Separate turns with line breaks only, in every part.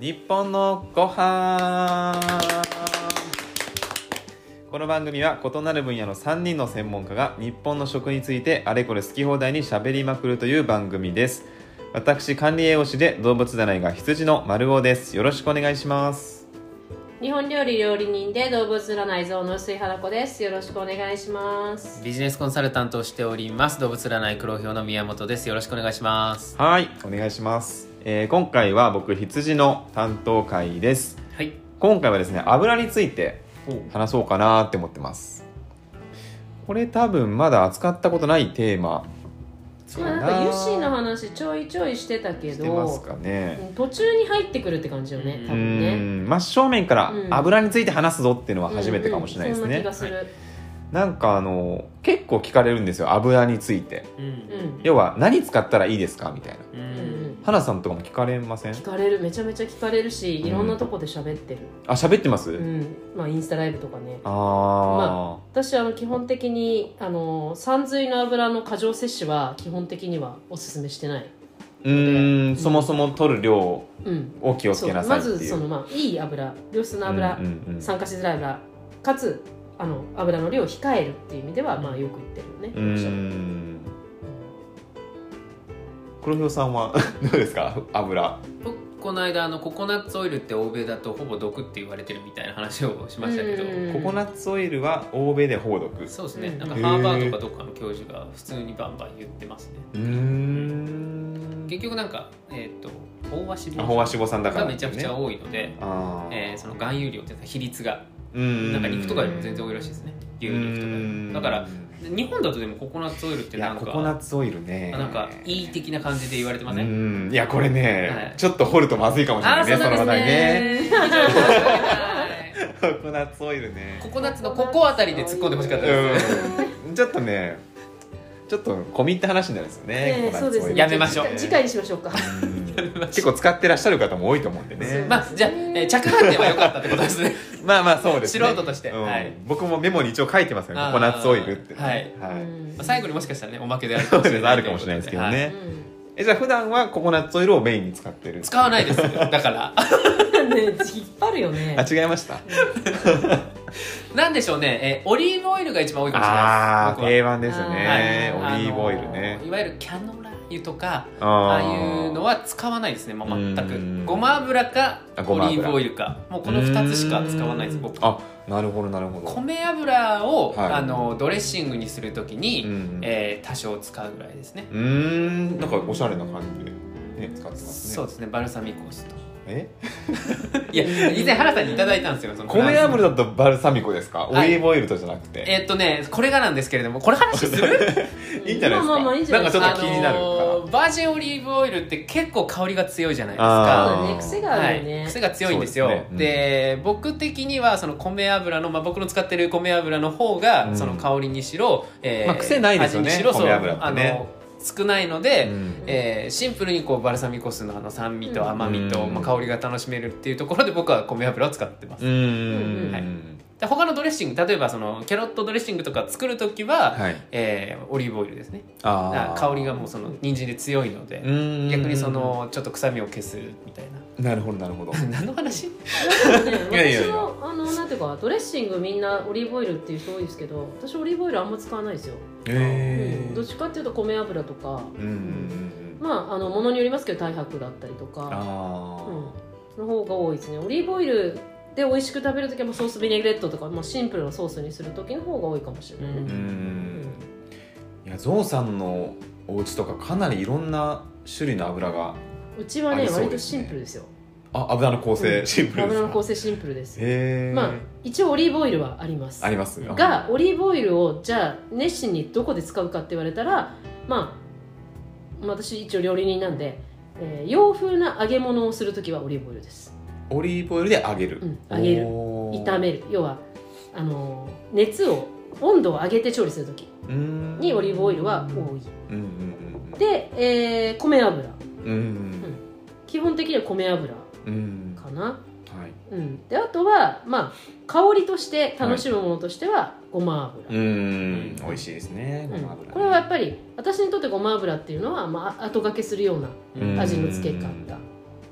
日本のご飯この番組は異なる分野の3人の専門家が日本の食についてあれこれ好き放題にしゃべりまくるという番組です私管理栄養士で動物占いが羊の丸尾ですよろしくお願いします
日本料理料理人で動物占い像の薄井花子ですよろしくお願いします
ビジネスコンサルタントをしております動物占い黒豹の宮本ですよろしくお願いします
はいお願いします、えー今回は僕羊の担当会です
はい
今回はですね油について
お
話そうかなって思ってますこれ多分まだ扱ったことないテーマ
そう
まあ
だ
なんかユ
な
ッシーの話ちょいちょいしてたけ
してます
ど
かね
うん途中に入ってくるって感じよね
うん
多
う
分ね
ん真正面から
うん
油について話すぞっていうのは初めてかもしれないです
うんうんそ
ね
んな気が、する
なんかあの結構聞かれるんですよ油について
うん
うん
要は何使ったらいいですかみたいな
う
う
ん
ん
花さんとかも聞かれません
聞かれるめちゃめちゃ聞かれるし
うん
いろんなとこで喋ってる
あ喋ってます、
うんまあインスタライブとかね
あー、
私あの基本的にあの山水の油の過剰摂取は基本的にはおすすめしてないう
ーんそもそも取る量を
うん
気をつけなさいっていう
そうまずそのまあいい油良質な油、
うんうんうん
酸化しづらい油かつあの油の量を控えるっていう意味ではまあよく言って
う
るよね、
ーん黒ひさんは どうですか油
僕この間あのココナッツオイルって欧米だとほぼ毒って言われてるみたいな話をしましたけど、
うん
ココナッツオイルは欧米で放毒
そうですね、
うん
なんかハーバードかどっかの教授が普通にバンバン言ってますね
うーん
結局なんかえっ、と飽和脂
あ
肪
飽和脂肪酸だから
がめちゃくちゃ多いので、
あ
えーその含有量っていうか比率が
ー
なんか肉とかよりも全然多いらしいですね牛肉とかよりもだから日本だとでもココナッツオイルって
い
な
や
んか
ココナッツオイルね
なんかいい的な感じで言われてま
う
せん
んいやこれね、
はい
ちょっと掘るとまずいかもしれないねその話題ねココナッツオイルね
ココナッツのここあたりで突っ込んでほしかったです、
うんちょっとねちょっと込み入った話になるんですよね
ええ
ココナ
そ
ッ
うで
ツオ
す
イ
ね
ル
やめましょう
じゃあ次回にしましょうか
うん結構使ってらっしゃる方も多いと思うんでね
まあじゃあ、えー着眼点は良かったってことです ね
まあまあそうですね
素人として
うん
はい
僕もメモに一応書いてますよね
あー
ココナッツオイルってね
はい
うん
まあ最後にもしかしたらねおまけである
そ
か
う
もし
で
れ
す
ない
あるかもしれないですけど
という
ね
こ
えじゃあ普段はココナッツオイルをメインに使ってる
とではい使わないですだから
うん、 ね引っ張るよね
あ違いました
なんでしょうね、えーオリーブオイルが一番多いかもしれ
ああ
ないで
定番ですね
あー
オ
はい
リーブオイルね
す僕はいわゆるキャノラ油とかあ
あ
あいうの
は
は使わないですね、まあ、全
うん
くごま油か
あご
オ
ま
リ
油
ーブオイルかもうこの2つしか使わないです僕
あなるほどなるほど
米油を、
はい
あのドレッシングにするときに、
うん
えー多少使うぐらいですね、
うーんなんかおしゃれな感じでね使ってますね
そうですねバルサミコ酢と
え
いや以前原さんにいただいたんですよそのフラン
米
スの
油だとバルサミコですかオリ
はい
ーブオイルとじゃなくて
えーっとねこれがなんですけれどもこれ話する
いいんじゃないですか
まあまあまあいいんじゃないです
な
か
ん かちょっと気になる
あのーバージンオリーブオイルって結構香りが強いじゃないです
あ
か
そうだね癖があ
は
るよね、
い、癖が強いんですよ
そう
で
ですねうん
僕的にはその米油の、まあ、僕の使ってる米油の方が、
うん
その香りにしろ、え
まあ癖ないですよね
味にしろそう
米油ってね
あの少ないので、
うん
えーシンプルにこうバルサミコ酢のあの酸味と甘みと、
うん
まあ、香りが楽しめるっていうところで僕は米油を使ってます、
うーん
はい
で他のドレッシング例えばそのキャロットドレッシングとか作る時は、
はい
えーオリーブオイルですねだから
あー
香りがもうその人参で強いので、
うーん
逆にそのちょっと臭みを消すみたいな
なるほどなるほど
何の話
ね
いやいやいや
私もあのなんていうかドレッシングみんなオリーブオイルっていう人多いですけど私オリーブオイルあんま使わないですよ、
へ
うん
ー
どっちかっていうと米油とか
うんうんうんうん
まああのものによりますけど太白だったりとか、
あ
うん
ー、
の方が多いですねオリーブオイルで美味しく食べるときはもうソースビネグレットとか、まあ、シンプルなソースにするときの方が多いかもしれないね、
うん
うーんいやゾウさんのお家とかかなりいろんな種類の油が
うちは
あ
ね
りそう
割と
です
シ
ね
ンプルですよ
あ油の構成、
うん
シンプルです
油の構
成
成シンプルです
へえ、
まあ一応オリーブオイルはあります
あります
がオリーブオイルをじゃあ熱心にどこで使うかって言われたらまあ私一応料理人なんで、えー洋風な揚げ物をする時はオリーブオイルです
オリーブオイルで揚げる、
うん揚げる
おー
炒める要はあのー熱を温度を上げて調理する時
うーん
にオリーブオイルは多い
うんうん
で、えー米油
うんうんうん
基本的には米油
うんうん
かな
はい
うんであとはまあ香りとして楽しむものとしてはごま油、
うーん美味しいですねごま油ね
これはやっぱり私にとってごま油っていうのは、まあ、後掛けするような味の付け方
うん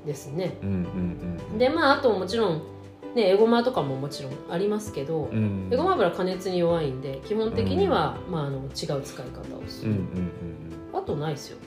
ですね
うんうんうん
でまああともちろんねえごまとかももちろんありますけど、
うん
えごま油加熱に弱いんで基本的には、まあ、あの違う使い方をす
うんう
る、
んうん
あとないですよ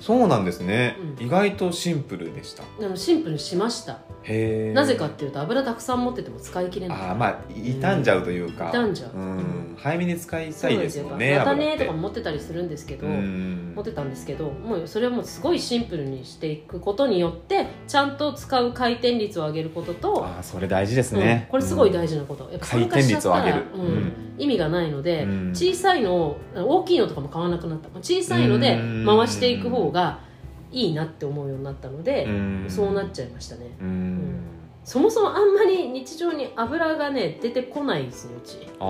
そうなんですね、
うん
意外とシンプルでした
でもシンプルにしました
へえ
なぜかっていうと油たくさん持ってても使い切れない
ああまあ傷んじゃうというか、
傷んじゃう
うん早めに使い
そ
た
う
い
なん
で
です
す
よ
もんね
またね
油って
とか持ってたりするんですけど、
うん
持ってたんですけどもうそれはもうすごいシンプルにしていくことによってちゃんと使う回転率を上げることと、
ああそれ大事です
う
ね、
んこれすごい
事、
大事なこと、やっぱ
回転率を上げる
参加しちゃったらうん意味がないので、
うん
小さいのを大きいのとかも買わなくなった小さいので
うん
回していく方がいいなって思うようになったので、
ん
そうなっ
ち
ちゃいましたね
ゃうん、
そもそもあんまり日常に油がね出てこないんですようち、
あ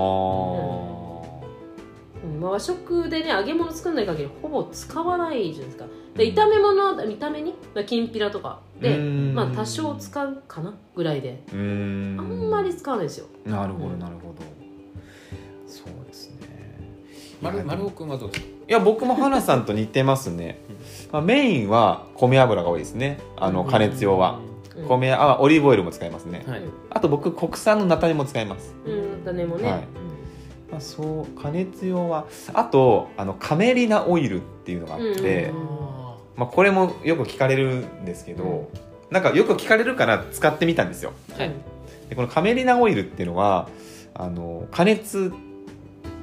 あ
うんまあ、和食でね揚げ物作んない限りほぼ使わないじゃないですか
う
で
ん
炒め物見た目に、まあ、きんぴらとかで、
うん
まあ多少使うかなぐらいで
うーん
あんまり使わないですよ
なるほ
う
ど
ん
なるほど、そうですね
丸
いやでも
丸尾君はどうですか
いや僕も花さんと似てますね、まあ、メインは米油が多いですねあの加熱用は、
うん
米あオリーブオイルも使いますね、
はい
あと僕国産の菜種も使います、
うん種もね、
はいまあ、そう加熱用はあとあのカメリナオイルっていうのがあって、
うん
まあ、これもよく聞かれるんですけど、なんかよく聞かれるから使ってみたんですよ
はい
でこのカメリナオイルっていうのはあの加熱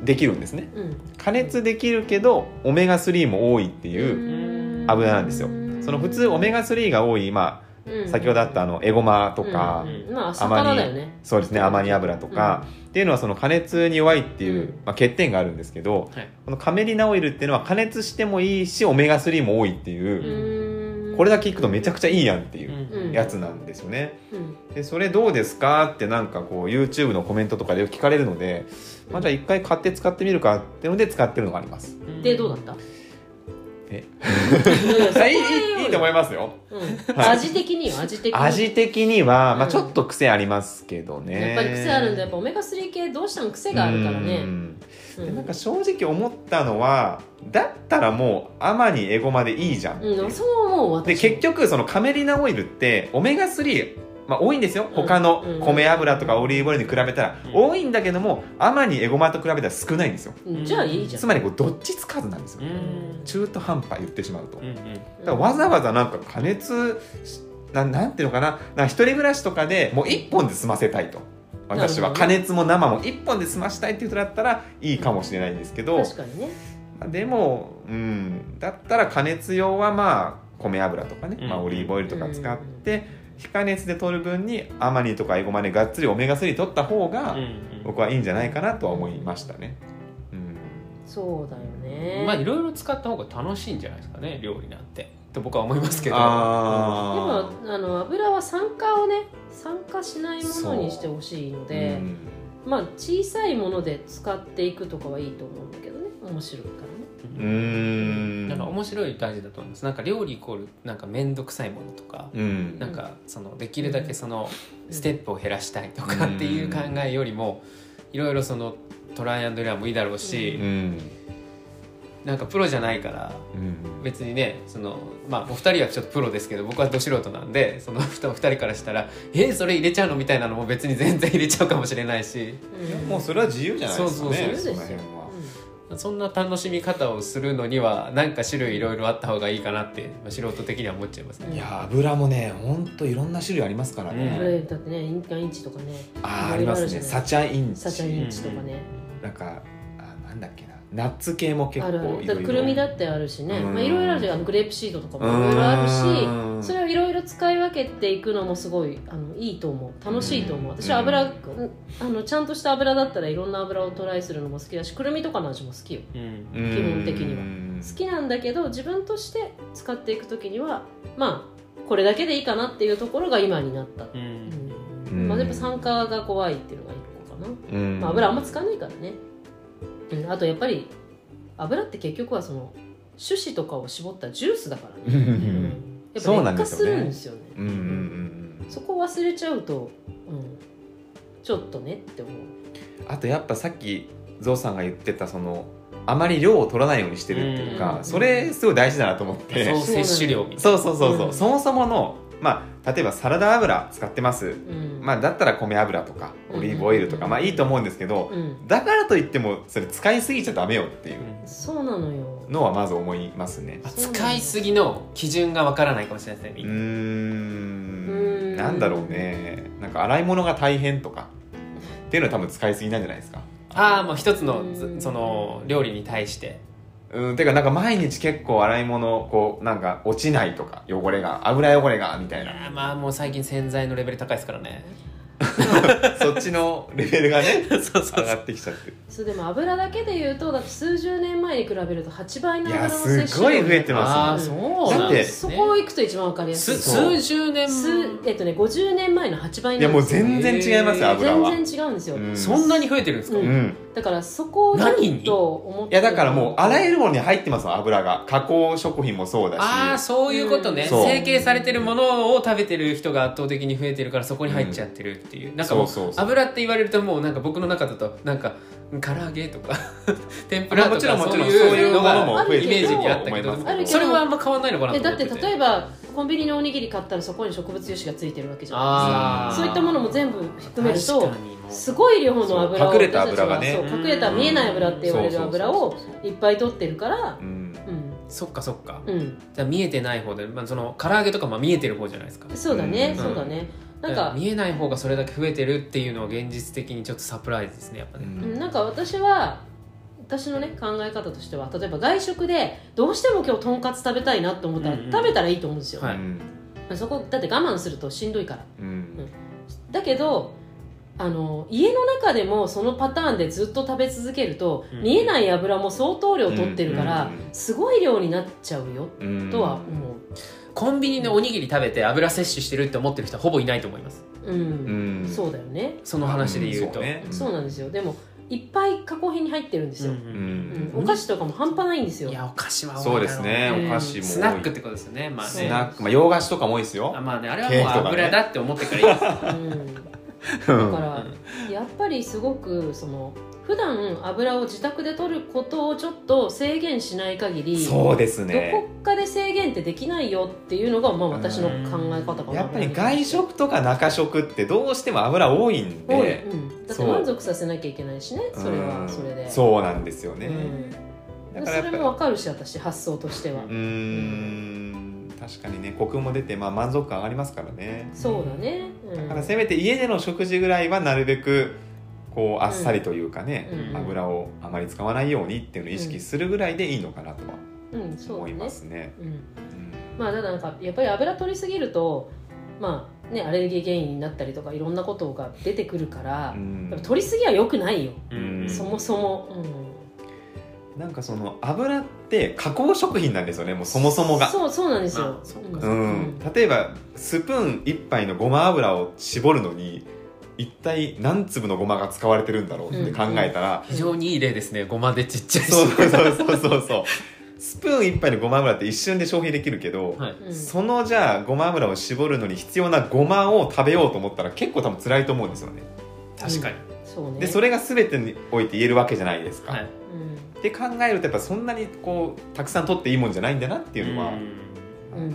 できるんですね
うんうん
加熱できるけどオメガ3も多いっていう、
う
油なんですよその普通オメガ3が多い、まあ、先ほどあったあのエゴマとか、
うんうんまあ魚だよね
そうですねアマニ油とか、っていうのはその加熱に弱いっていう、
うん
まあ、欠点があるんですけど
はい
このカメリナオイルっていうのは加熱してもいいしオメガ3も多いっていう、これだけ聞くとめちゃくちゃいいやんっていう
うん
やつなんですよね。
ゃ、うん
でそれどうですかってなんかこう YouTube のコメントとかでよく聞かれるので、まあ、じゃあ一回買って使ってみるかっていうので使ってるのがあります。
でどうだった
え い
い
いいいいいと思いますよ。
うん、
はい
味的には味的に
味的には、まあ、
うん
ちょっと癖ありますけどね。
やっぱり癖あるんでやっぱオメガ3系どうしても癖があるから
う
ね、
ん
うん
でなんか正直思ったのはだったらもうアマニエゴマでいいじゃんっていう
うん、そう思う私
で
も
結局そのカメリナオイルってオメガ3、まあ、多いんですよ
うん
他の
うん
米油とかオリーブオイルに比べたら
うん
多いんだけどもアマニエゴマと比べたら少ないんですよ
うんじゃあいいじゃん
つまりこうどっちつかずなんですよ
うん
中途半端言ってしまうと
うんうん
だからわざわざなんか加熱しななんていうのかななんか一人暮らしとかでもう1本で済ませたいと私は
なるほ
加
どね
熱も生も1本で済ましたいっていう人だったらいいかもしれないんですけど、
確かにね
まあでも、うん、だったら加熱用はまあ米油とかね、
うん
まあ、オリーブオイルとか使って、非加熱で取る分にアマニとかエゴマでがっつりオメガ3取った方が僕はいいんじゃないかなとは思いましたね。うん
そうだよね
まあいろいろ使った方が楽しいんじゃないですかね料理なんてと僕は思いますけど
で
あ
も
ー
あの油は酸化をね酸化しないものにしてほしいので、
うん
まあ小さいもので使っていくとかはいいと思うんだけどね面白いからね
うーん
なんか面白い大事だと思いますなんか料理イコールなんか面倒くさいものとか、
うん
なんかそのできるだけその
うん
ステップを減らしたいとかっていう考えよりもいろいろそのトライアンドエラーもいいだろう
う
し、
ん
なんかプロじゃないから
うん
別にねそのまあお二人はちょっとプロですけど僕はど素人なんでそのお二人からしたら「えそれ入れちゃうの?」みたいなのも別に全然入れちゃうかもしれないし
うん
もうそれは自由じゃないですかね
そうそう
そう
の辺は
そんな楽しみ方をするのにはなんか種類いろいろあった方がいいかなって、まあ、素人的には思っちゃいますね。
いや油もねほんといろんな種類ありますから
うんこ
ね、
れだってねインカンインチとかね
ああーあります
いろいろあるじゃ
ね
ない
サチャインチ
サチャインチとかね、
なんかあなんだっけなナッツ系も結
あ
構
るある
い
だ
ろ
っ
い
て
ろ
くるみだってあるしね
うん
まあいろいろあるじゃんあのグレープシードとか
う
も
ん
いろいろあるしそれをいろいろ使い分けていくのもすごいあのいいと思う楽しいと思う
うん
私は油あのちゃんとした油だったらいろんな油をトライするのも好きだしくるみとかの味も好きよ
うん
うん
基本的には
うん
好きなんだけど自分として使っていく時にはまあこれだけでいいかなっていうところが今になった、
う
うんん
うん
まあ、やっぱ酸化が怖いっていうのが一個かな
うん
まあ、油あんま使わないからね、うん、あとやっぱり油って結局はその種子とかを絞ったジュースだから
うん
ね、
うんう
うん
ん
やっ
そう
ぱ
なん
劣
ですよね
化するんですよねそ
うんうんうん
こ忘れちゃうと、うん、ちょっとねって思う
あとやっぱさっきゾウさんが言ってたそのあまり量を取らないようにしてるっていう
う
か
ん
それすごい大事だなと思って
そう摂取量みたい
そうそうそうそう
うん
そもそものまあ、例えばサラダ油使ってます、
うん
まあ、だったら米油とかオリーブオイルとか、
うん
まあいいと思うんですけど、
うん、
だからといってもそれ使いすぎちゃダメよっていう
そうなのよ
のはまず思いますね。
あ使いすぎの基準がわからないかもしれないです
う
ね、
ー
うーん
んなんだろうねなんか洗い物が大変とかっていうのは多分使いすぎなんじゃないですか。
ああもう一つ
う
の
ん
その料理に対して
うん、てかなんか毎日結構洗い物こうなんか落ちないとか汚れが油汚れがみたいな
あーまあもう最近洗剤のレベル高いですからね
そっちのレベルがね
そうそうそ
上が
う
ってきちゃってる
そうでも油だけで言うとだって数十年前に比べると8倍
い
の
や
油の摂取量
すごい増えてます
ー
ね
う
だって
そこを行くと一番わかりやすい
す
そう
数十年
数えっとね50年前の8倍
いや
なん
も
で
う
すよ
全然違いますよ
えー
油は、
全然違うんですよ、
うん
そんなに増えてるんですか、
うん
うん、
だからそこをちょっと思っ
い
て
やだからもうあらゆ
る
るものに入ってますよ油が加工食品もそうだし
ああそういうことね、
うんそう
成形されてるものを食べてる人が圧倒的に増えてるからそこに入っちゃってるっていう、なんかもう
そうそうそう
油って言われるともうなんか僕の中だとなんか唐揚げとか 天ぷ
まあ
ら
も
と
ちろ
か
んもち
そう
ろんそう
い
いうう
の
も
が
の
イ
も増えて
メー
る
ジ
と
にあった
思
け
い
ど
ます
あるけど
それはあんま変わんないのかなと
え
思
だっ
って
て
て
例えばコンビニのおにぎり買ったらそこに植物油脂がついてるわけじゃない
あー
そういったものも全部含めると
確かにもう
すごい量の油を
そう隠れた油がね
私たちはそう隠れた
うん
見えない油って言われる
そうそうそう
油
そう
をいっぱい取ってるから
うん
うん
そっかそっか、
うん
じゃあ見えてない方で、まあ、その唐揚げとかまあ見えてる方じゃないですか
そうだね、
うん
そうだねなん
だら
か、
見えない方がそれだけ増えてるっていうのは現実的にちょっとサプライズですねやっぱね、
うんなんか私は私のね考え方としては例えば外食でどうしても今日とんかつ食べたいなって思ったら、
うんうん
食べたらいいと思うんですよ、
は
う
い
ん
そこだって我慢するとしんどいから
うん
だけどあの家の中でもそのパターンでずっと食べ続けると、
うん
見えない油も相当量取ってるから、
うんうん
すごい量になっちゃうよ
うん
とは思
コンビニのおにぎり食べて油摂取してるって思ってる人はほぼいないと思います
ううん、
ん
そうだよね、
その話で言うと、
んそね
そうなんですよでもいっぱい加工品に入ってるんですよ、うん
うん
お菓子とかも半端ないんですよ
いやお菓子は多いだろ
そうですね、
うん
お菓子も多い
スナックってことですよねまあね
スナックまあ洋菓子とかも多いです
あ
よ、
まあねあれは
ケーキ
も
とか
う
ね
油だって思ってからいいです、
うん
う
だか
ん
ら、やっぱりすごくその普段油を自宅で取ることをちょっと制限しない限り、
そうです
ど
ね
こかで制限ってできないよっていうのがまあ私の考え方かな
やっぱり外食とか中食ってどうしても油多いん
多い
で
うん、だって
そう
満足させなきゃいけないしねそれはそれで
うんそうなんですよ
う
ね、
ん
だ
そ
からや
れ
っぱり
もわかるし私発想としては、
うーん確かにねコクも出て、まあ、満足感上がりますからね
そうだね、うん、
だからせめて家での食事ぐらいはなるべくこうあっさりというかね、
うん
油をあまり使わないようにっていうのを意識するぐらいでいいのかなとは
うんそうだ
思いま
ね
すね。
うん
うん
まあただなんかやっぱり油取りすぎるとまあねアレルギー原因になったりとかいろんなことが出てくるから、
うん
やっぱ取りすぎは良くないよ、
うん
そもそも、うん
なんかその油って加工食品なんですよねもうそもそもが。
そうそうなんですよ
ま、あそうか
う
うん
ん、例えばスプーン1杯のごま油を絞るのに一体何粒のごまが使われてるんだろうって考えたら、
非常にいい例ですねごまでちっちゃいし
そうそうそうそうそうスプーン1杯のごま油って一瞬で消費できるけど、
はい、
うん
そのじゃあごま油を絞るのに必要なごまを食べようと思ったら結構多分辛いと思うんですよね
確かに、
そうね
でそれが全てにおいて言えるわけじゃないですか、
はい
っ
うん
て考えるとやっぱそんなにこうたくさん取っていいもんじゃないんだなっていうのは、
ん
あの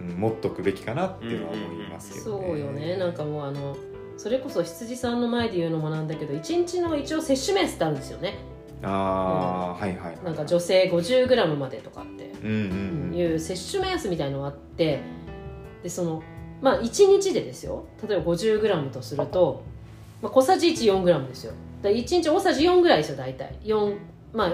うん持っとくべきかなっていうのは思いますけど、
そうよねなんかもうあのそれこそ羊さんの前で言うのもなんだけど一日の一応摂取目安ってあるんですよね
ああ、はいはい
なんか女性 50g までとかって
うんうんうん
いう摂取目安みたいのがあってでそのまあ1日でですよ例えば 50g とすると、まあ、小さじ 14g ですよだ1日大さじ4ぐらいですよ大体4まあ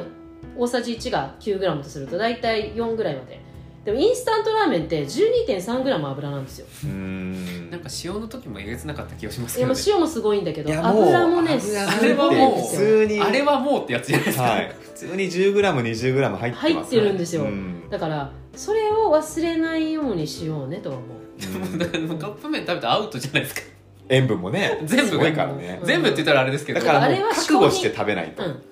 大さじ1が 9g とすると大体4ぐらいまででもインスタントラーメンって 12.3g 油なんですよ
うーん
なんか塩の時もえげつなかった気がします
い
け
や
ど、
まあ
ね、
塩もすごいんだけ
い
ど
やもう
油もね
油
あれはもう
す
普
ごいん
通
ですよ
に
あれはもうってやつじゃないですか、
はい、普通に 10g20g 入ってます
入ってるんですよ
うん
だからそれを忘れないようにしようねとは思う
もうカップ麺食べてアウトじゃないですか
塩分もね
全
す
部
ご
が
いからね
うん
全部って言ったらあれですけど
だから
あ
もう
れは
覚悟して食べないと、
うん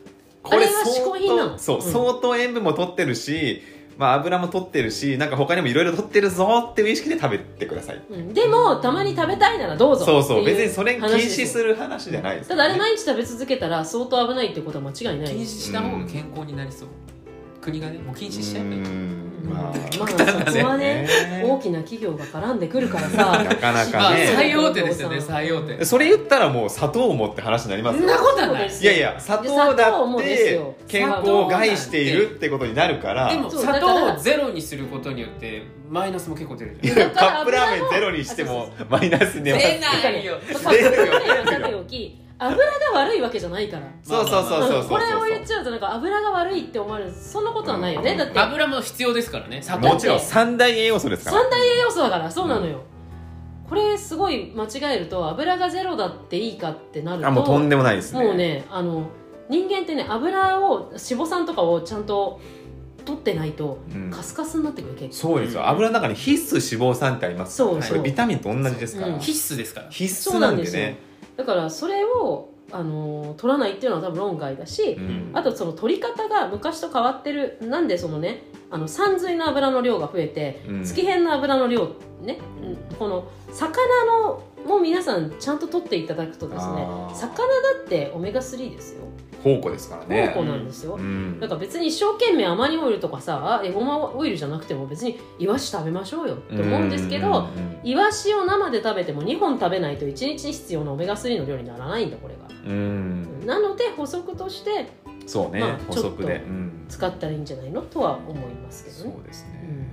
こ
あれは嗜好品なの
そう、
うん
相当塩分も取ってるし、まあ、油も取ってるしなんか他にもいろいろ取ってるぞっていう意識で食べてください
うん、でもたまに食べたいならどうぞ
そうそう
ってい
別にそれ禁
話で
止する話じゃないです
た
よ
だあ
ね、
れ毎日食べ続けたら相当危ないってことは間違いない
禁止した方が健康になりそう、国がねもう禁止しちゃえばいい
うんまあ
まあ
極
そ
端だね
こはね
ね
大きな企業が絡んでくるからさ
なかな
ま
か
あ
ね
最
ね
大手ですよね最大手
それ言ったらもう砂糖もって話になりま
そ
す
ん
よ
なことはない
いやいや砂糖だって健康を害しているってことになるから
でも
そう
砂
だから
糖をゼロにすることによってマイナスも結構出るじゃん
だか
カ
ら
ップラーメンゼロにしてもマイナスには
出
だ
ないよ
カップラーメンはさておき油が悪いわけじゃないから
そうそうそうそうそうそう
これを言っちゃうとなんか油が悪いって思われるそんなことはないよね、
うん
だって
油も必要ですからね砂糖
もちろん三大栄養素ですか
三
ら
大栄養素だからそうなのよ、これすごい間違えると油がゼロだっていいかってなると
あもうとんでもないですね
もうねあの人間ってね油を脂肪酸とかをちゃんと取ってないと
うん
カスカスになってくる結
そうですよ油の中に必須脂肪酸ってありますから
そうそう
これビタミンと同じですから、
うん
必須ですから
必
そ
須
うな
なんん
で
です
よ
ね
構だからそれをあの取らないっていうのは多分論外だし
う、
ん
あとその取り方が昔と変わってるなんでそのねあの山水の油の量が増えて、
うん
月変の油の量ね、うんこの魚のも皆さんちゃんと取っていただくとですね
あー
魚だってオメガ3ですよ
宝庫ですからね
宝庫なんですよ、
うん
なんか別に一生懸命アマニオイルとかさエゴマオイルじゃなくても別にイワシ食べましょうよって思うんですけど、
うん
イワシを生で食べても2本食べないと1日に必要なオメガ3の量にならないんだこれが、
うんうん
なので補足として
そうね、
まあ
補
ちょっと
足で、うん
使ったらいいんじゃないのとは思いますけどね
そうですね、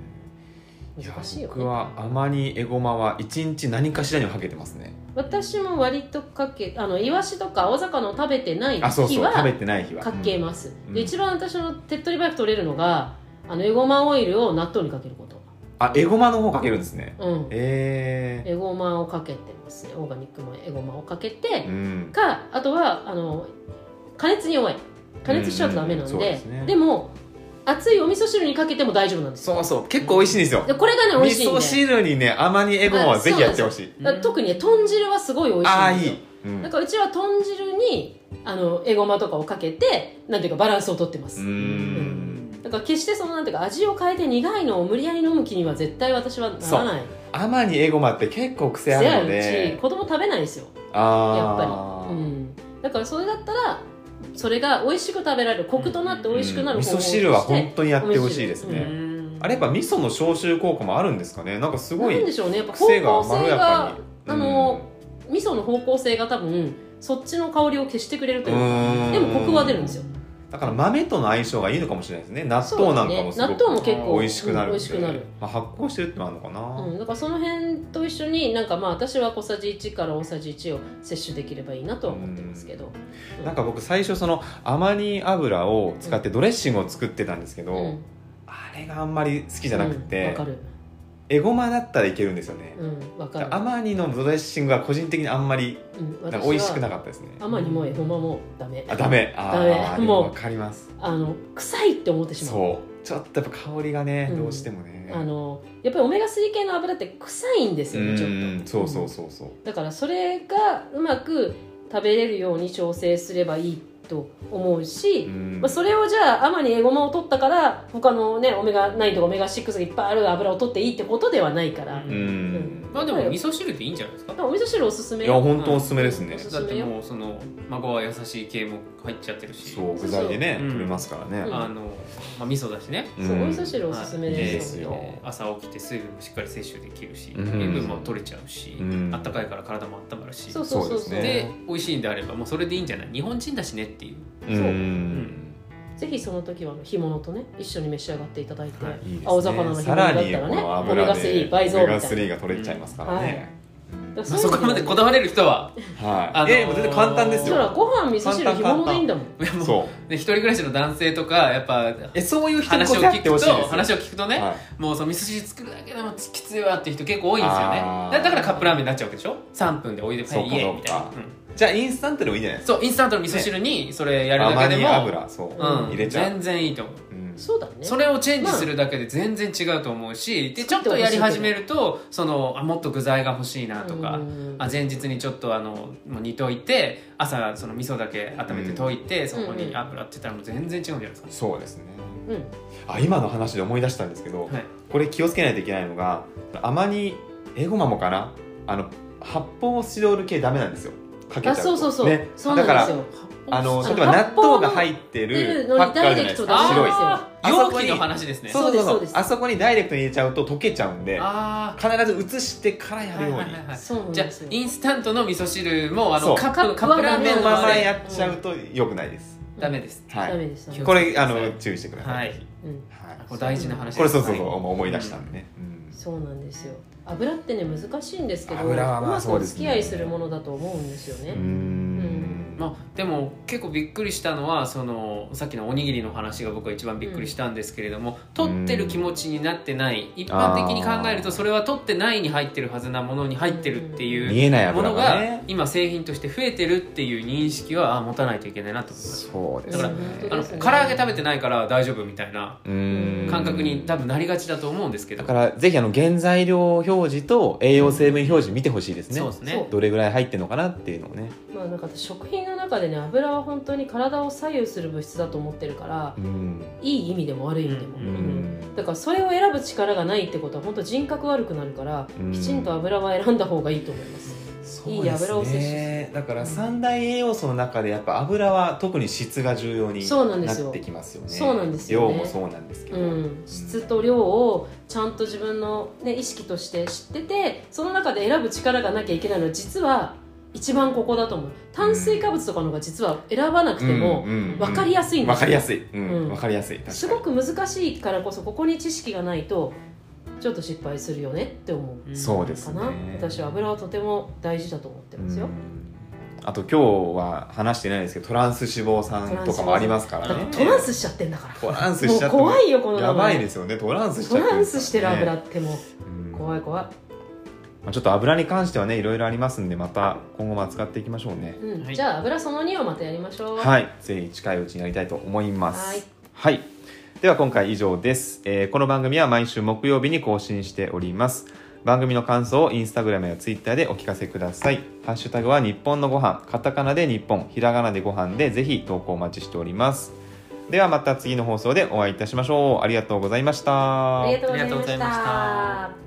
いや
難しいよ、ね、
僕はアマニエゴマは一日何かしらにはかけてますね
私も割とかけあのイワシとか青魚を食べてない日は
あそうそう食べてない日は
かけます、
うん
で一番私の手っ取り早く取れるのがあのエゴマオイルを納豆にかけること
あエゴマの方かけるんですね
うん
え
エゴマをかけてますねオーガニックのエゴマをかけ
え
て
ー、う、ん
かあとはあの加熱に弱い加熱しちゃうとダメなんで,、
うんうんうんそう
で
ですね
も熱いお味噌汁にかけても大丈夫なんですよ
そうそう結構美味しいんですよ
でこれがね美
味
味しいん
噌
で
汁にねアマニエゴマはぜひやってほしい
だから特にね豚汁はすごい美味し
ああ
いん
ー
で
い
すよ
い、うん
だからうちは豚汁にあのエゴマとかをかけてなんていうかバランスをとってます、
うーん
だから決してそのなんていうか味を変えて苦いのを無理やり飲む気には絶対私はならない
アマニエゴマって結構癖あるの
せやうち
で
子供食べないですよやっ
あ
ぱ
あ
り、うん、だからそれだったらそれが美味しく食べられるコクとなって美味しくなる
味
方法
噌
として
汁は本当にやってほしいです
う
ね、
ん
あれやっぱ味噌の消臭効果もあるんですかねなんかすご
なん
い
でしょうねやっぱ方向
癖
性
がまろや
が
かに
あの味噌の方向性が多分そっちの香りを消してくれるという
う
か
ん
でもコクは出るんですよ
うんだから豆との相性がいいのかもしれないですね納
そ
豆
うだ
な
ね
んかもす
納豆
ご
も結構
く美味しくなるんで、
うん美味しくなる
まあ、発酵してるってのもあるのか
う
な、
ん、だからその辺と一緒になんかまあ私は小さじ1から大さじ1を摂取できればいいなとは思ってますけど、
なんか僕最初そのアマニ油を使ってドレッシングを作ってたんですけど、
うん、
あれがあんまり好きじゃなく
うん
て、
わ、かる
エゴマだったらいけるんですよね、
うんわかる
アマニのドレッシングは個人的にあんまり
うん、
なん
私
か
は
美味しくなかったですね
甘にもエゴマもダメ
あダメあー
ダメ
でも
もう
わかります
あの臭いって思ってしまう
そうちょっとやっぱ香りがね、
うん
どうしてもね
あのやっぱりオメガ3系の油って臭いんです
う
よねちょっと
んそうそうそうそう
だからそれがうまく食べれるように調整すればいいと思うし、
うん
まあ、それをじゃあアマニエゴマを取ったから他のねオメガ9とかオメガ6がいっぱいある油を取っていいってことではないから、
うん
う
うん
ん
まあでも味噌汁っていいんじゃないですか
お味噌汁おすすめ
い
よ
や本当おすすめです
う
ね
ん、
だってもうその孫は優しい系も入っちゃってるし
そう具材でね
そうそう
取れますからね、
あの、まあ、味噌だしね
うん
そうお味噌汁おすすめですよ、
はいいいですよ
朝起きて水分もしっかり摂取できるし
うん
塩分も取れちゃうし、
うん
あったかいから体も温まるし
そうそうそうそう
そうですね
で美味しいんであればもうそれでいいんじゃない日本人だしねっていう
うん
そう
うん
ぜひその時はあの干物とね一緒に召し上がっていただいて、
はい
いいですね
青魚の干
さ
物だ
ら
ったら
に
ね
この
オメ
油
ガ
で
3倍増み
オ
た
メ
い
ガ3が
な
取れちゃいますからね、うん
だか
まあ、そこまでこだわれる人は
は
あの
い、ええもう全然簡単です
そら
よ
ご飯味噌汁
簡単
干物でいいんだもん
いやもう
そう
ね一人暮らしの男性とかやっぱ
えそういう人に
話
こ
を
そや
聞
っ
く
てほしい
と
です
話を聞くとね、
はい
もうその味噌汁作るだけでもきついわっていう人結構多いんですよね
あー
だだからカップラーメンになっちゃうわけでしょ3分でお湯でパ
そう
イ
か
イエ
そ
ー
うか
みたいな、
じゃあインスタントでもいいんじゃない
うん
です
そうインスタントの味噌汁にそれや
か
るだ
甘
け
煮
でも、
油そう、
うん、
入れちゃう、
全然いいと思う
うん
そうだね
それをチェンジするだけで全然違うと思うし、でちょっとやり始めるとそのあもっと具材が欲しいなとか、
うん
あ前日にちょっとあのもう煮といて朝その味噌だけ温めて溶いて、そこに油って言ったらもう全然違うんじゃないですか、
そうですね
うん
あ今の話で思い出したんですけど、
はい
これ気をつけないといけないのがアマニエゴマもかなあの発泡スチロール系ダメなんですよかけちゃうと
あそうそうそう、
ね、
そうな
だか
んで
ら
すよ
あの例
あの
えば納豆が入って
発泡の
るパックあるじゃないですか
入ってるのにダ
白い
イレクトで
あ容器の話ですね
そうですそうです
あそこにダイレクトに入れちゃうと溶けちゃうんで
あ
必ず移してから
あ
やるように、
そうなん
じゃあ
ですよ
インスタントの味噌汁もあ
そ
の
う
カップ
カ
カッ
ッ
プ
プ
ラ
ラー
ーメ
メ
ン
ン
の
そのまま
まで
やっちゃうと良くないです、
ダメです
はい
ダメですダメです
これあ
はい
の注意してください、
はい
うん
はい
これ大事な話です
これそうそうそう
はい
思い出したんでね、うん
そうなんですよ油ってね難しいんですけど
油はまあ
うまく
そう
お
ですね
付き合いするものだと思うんですよ
うー
ね、
ん
まあ、でも結構びっくりしたのはそのさっきのおにぎりの話が僕は一番びっくりしたんですけれども、取ってる気持ちになってない一般的に考えるとそれは取ってないに入ってるはずなものに入ってるって
見
いう
えない
も
油
の
が
が
ね
今製品として増えてるっていう認識はあ持たないといけないなと思います
そうです
だから
ね
あの
そうですね
唐揚げ食べてないから大丈夫みたいな
うーん
感覚に多分なりがちだと思うんですけど
だからぜひあの原材料表示と栄養成分表示見てほしいですね、
そうですね
そう
どれぐらい入ってるのかなっていうのをね
まあなんか食品の中でね油は本当に体を左右する物質だと思ってるから
うん
いい意味でも悪い意味でも、
う
う
う
ーん
だからそれを選ぶ力がないってことは本当人格悪くなるから
うん
きちんと油は選んだ方がいいと思います、
そう
い
で
い
す
油を摂取す
ね
る
だから三大栄養素の中でやっぱ油は特に質が重要に
そうなんで
な
すよ
ってきますよね
そうなんですよ
量
ね
もそうなんですけど、
うん、質と量をちゃんと自分の、ね、意識として知っててその中で選ぶ力がなきゃいけないのは実は一番ここだと思う炭水化物とかの方が実は選ばなくても分かりやすいんですよ、
わかりやすい、うん
うん
わかりやすい確かに
すごく難しいからこそここに知識がないとちょっと失敗するよねって思う
そうです
か
ね
な、私は油はとても大事だと思ってますよ、
うんあと今日は話してないですけどトランス脂肪酸とかもありますか
だ
ら
から
ね
トランスしちゃってんだから
トランス
も
し
う
ちゃって
怖いよこの名
やば
前
いですよねトランスしち
ト
ゃって
ランスしてる油
ね
っても
うん
う怖い怖い、
まあ、ちょっと油に関してはねいろいろありますんでまた今後も扱っていきましょうね
うん
はい
じゃあ油その2をまたやりましょう
はいぜひ近いうちにやりたいと思います
はい
はいでは今回以上です、えーこの番組は毎週木曜日に更新しております番組の感想をインスタグラムやツイッターでお聞かせくださいハッシュタグは日本のご飯カタカナで日本ひらがなでご飯でぜひ投稿お待ちしておりますではまた次の放送でお会いいたしましょうありがとうございました
ありがとうございま
ありがとうござい
し
ました
た